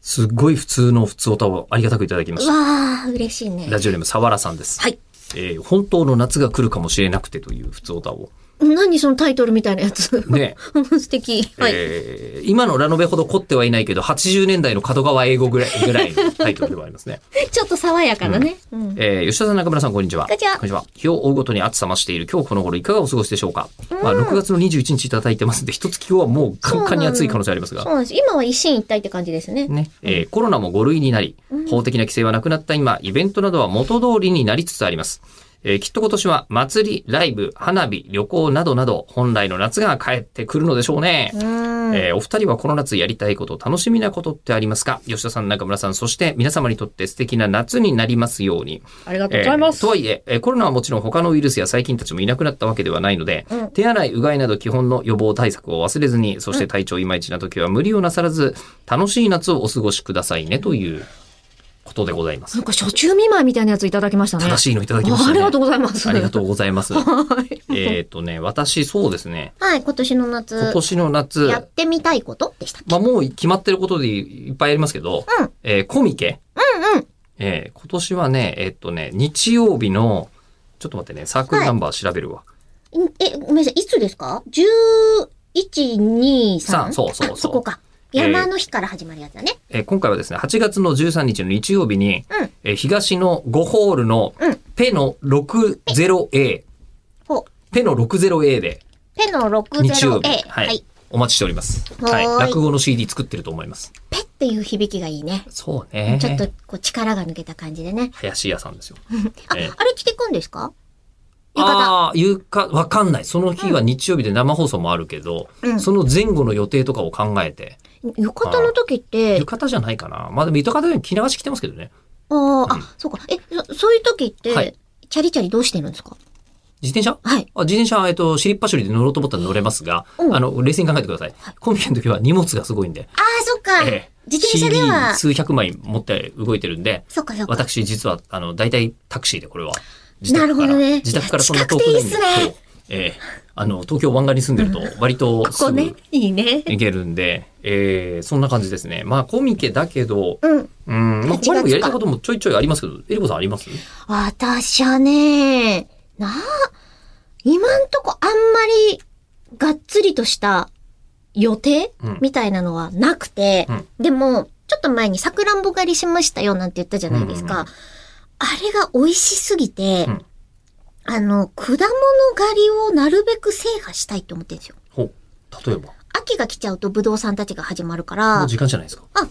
すっごい普通の普通歌をありがたくいただきました。わあ、嬉しいね。ラジオネーム、さわらさんです。はい。えー本当の夏が来るかもしれなくてという普通歌を。何そのタイトルみたいなやつ。 ね素敵。はい。えー今のラノベほど凝ってはいないけど、80年代の角川英語ぐらいぐらいのタイトルではあります ね。ちょっと爽やかなね。うん。えー吉田さん、中村さん、こんにちは。こんにちは日を追うごとに暑さ増している今日この頃いかがお過ごしでしょうか、まあ、6月の21日いただいてますんで、一月後はもうカンカンに暑い可能性ありますそうが。なんです。今は一進一退って感じですね。ね、えーコロナも5類になり、法的な規制はなくなった今、イベントなどは元通りになりつつあります。えーきっと今年は祭り、ライブ、花火、旅行などなど、本来の夏が帰ってくるのでしょうね。うん。えーお二人はこの夏やりたいこと、楽しみなことってありますか吉田さん、中村さん、そして皆様にとって素敵な夏になりますように。ありがとうございますえーと。はいええーコロナはもちろん他のウイルスや細菌たちもいなくなったわけではないので、うん手洗い、うがいなど基本の予防対策を忘れずに、そして体調いまいちな時は無理をなさらず、楽しい夏をお過ごしくださいねということでございます。なんか初中見舞いみたいなやついただきましたね。正しいのいただきました、ね。ありがとうございます。ありがとうございます。はい。えっとね、私そうですね、はい、今年の夏。今年のや夏っ、てみたいことでしたっけまあもう決まってることでいっぱいありますけど、うんえーコミケ。うんうん。えー今年はね、えっとね、日曜日の、ちょっと待ってね、サークルナンバー調べるわ。んえ、ごめんなさい、いつですか ?11、2、3。さそうそうそうあそこか。えー山の日から始まるやつだね。えー今回はですね、8月の13日の日曜日に、うんえー東の5ホールのうんペの 60A、ほう。ペの 60A でペの日曜 60A。日、はい、お待ちしております。ははーい。い落語の CD 作ってると思います。ペっていう響きがいいね。そうね。ちょっとこう力が抜けた感じでね。林家さんですよ。あ、えーあれ着てくんですか浴衣。ああー、ゆか、わかんない。その日は日曜日で生放送もあるけど、うんその前後の予定とかを考えて、浴衣の時って、浴衣じゃないかな。まあでも浴衣より着流し着てますけどね。あーあ、そうか。え、そそういう時って、はいチャリチャリどうしてるんですか自転車はい。あ自転車、えっと、尻っ走りで乗ろうと思ったら乗れますが、うんあの、冷静に考えてください。コンビニの時は荷物がすごいんで、ああ、そっか。ええ自転車では、 CD 数百枚持って動いてるんで、そっかそっか。私実は、あの、大体タクシーでこれは、なるほどね自宅からそんな遠くないんで、いや近くていいっすそねうええあの、東京湾岸に住んでると、割とここすねぐ。いいね。行けるんで、ええそんな感じですね。まあ、コミケだけど、うん。うん、まあ、 8月か他にもやりたいこともちょいちょいありますけど、えりこさんあります私はね、なあ、今んとこあんまりがっつりとした予定、うんみたいなのはなくて、うんでも、ちょっと前にさくらんぼ狩りしましたよなんて言ったじゃないですか。うんうんあれが美味しすぎて、うんあの、果物狩りをなるべく制覇したいと思ってるんですよ。ほう。例えば。も秋が来ちゃうとブドウさんたちが始まるから、う時間じゃないですか。あ、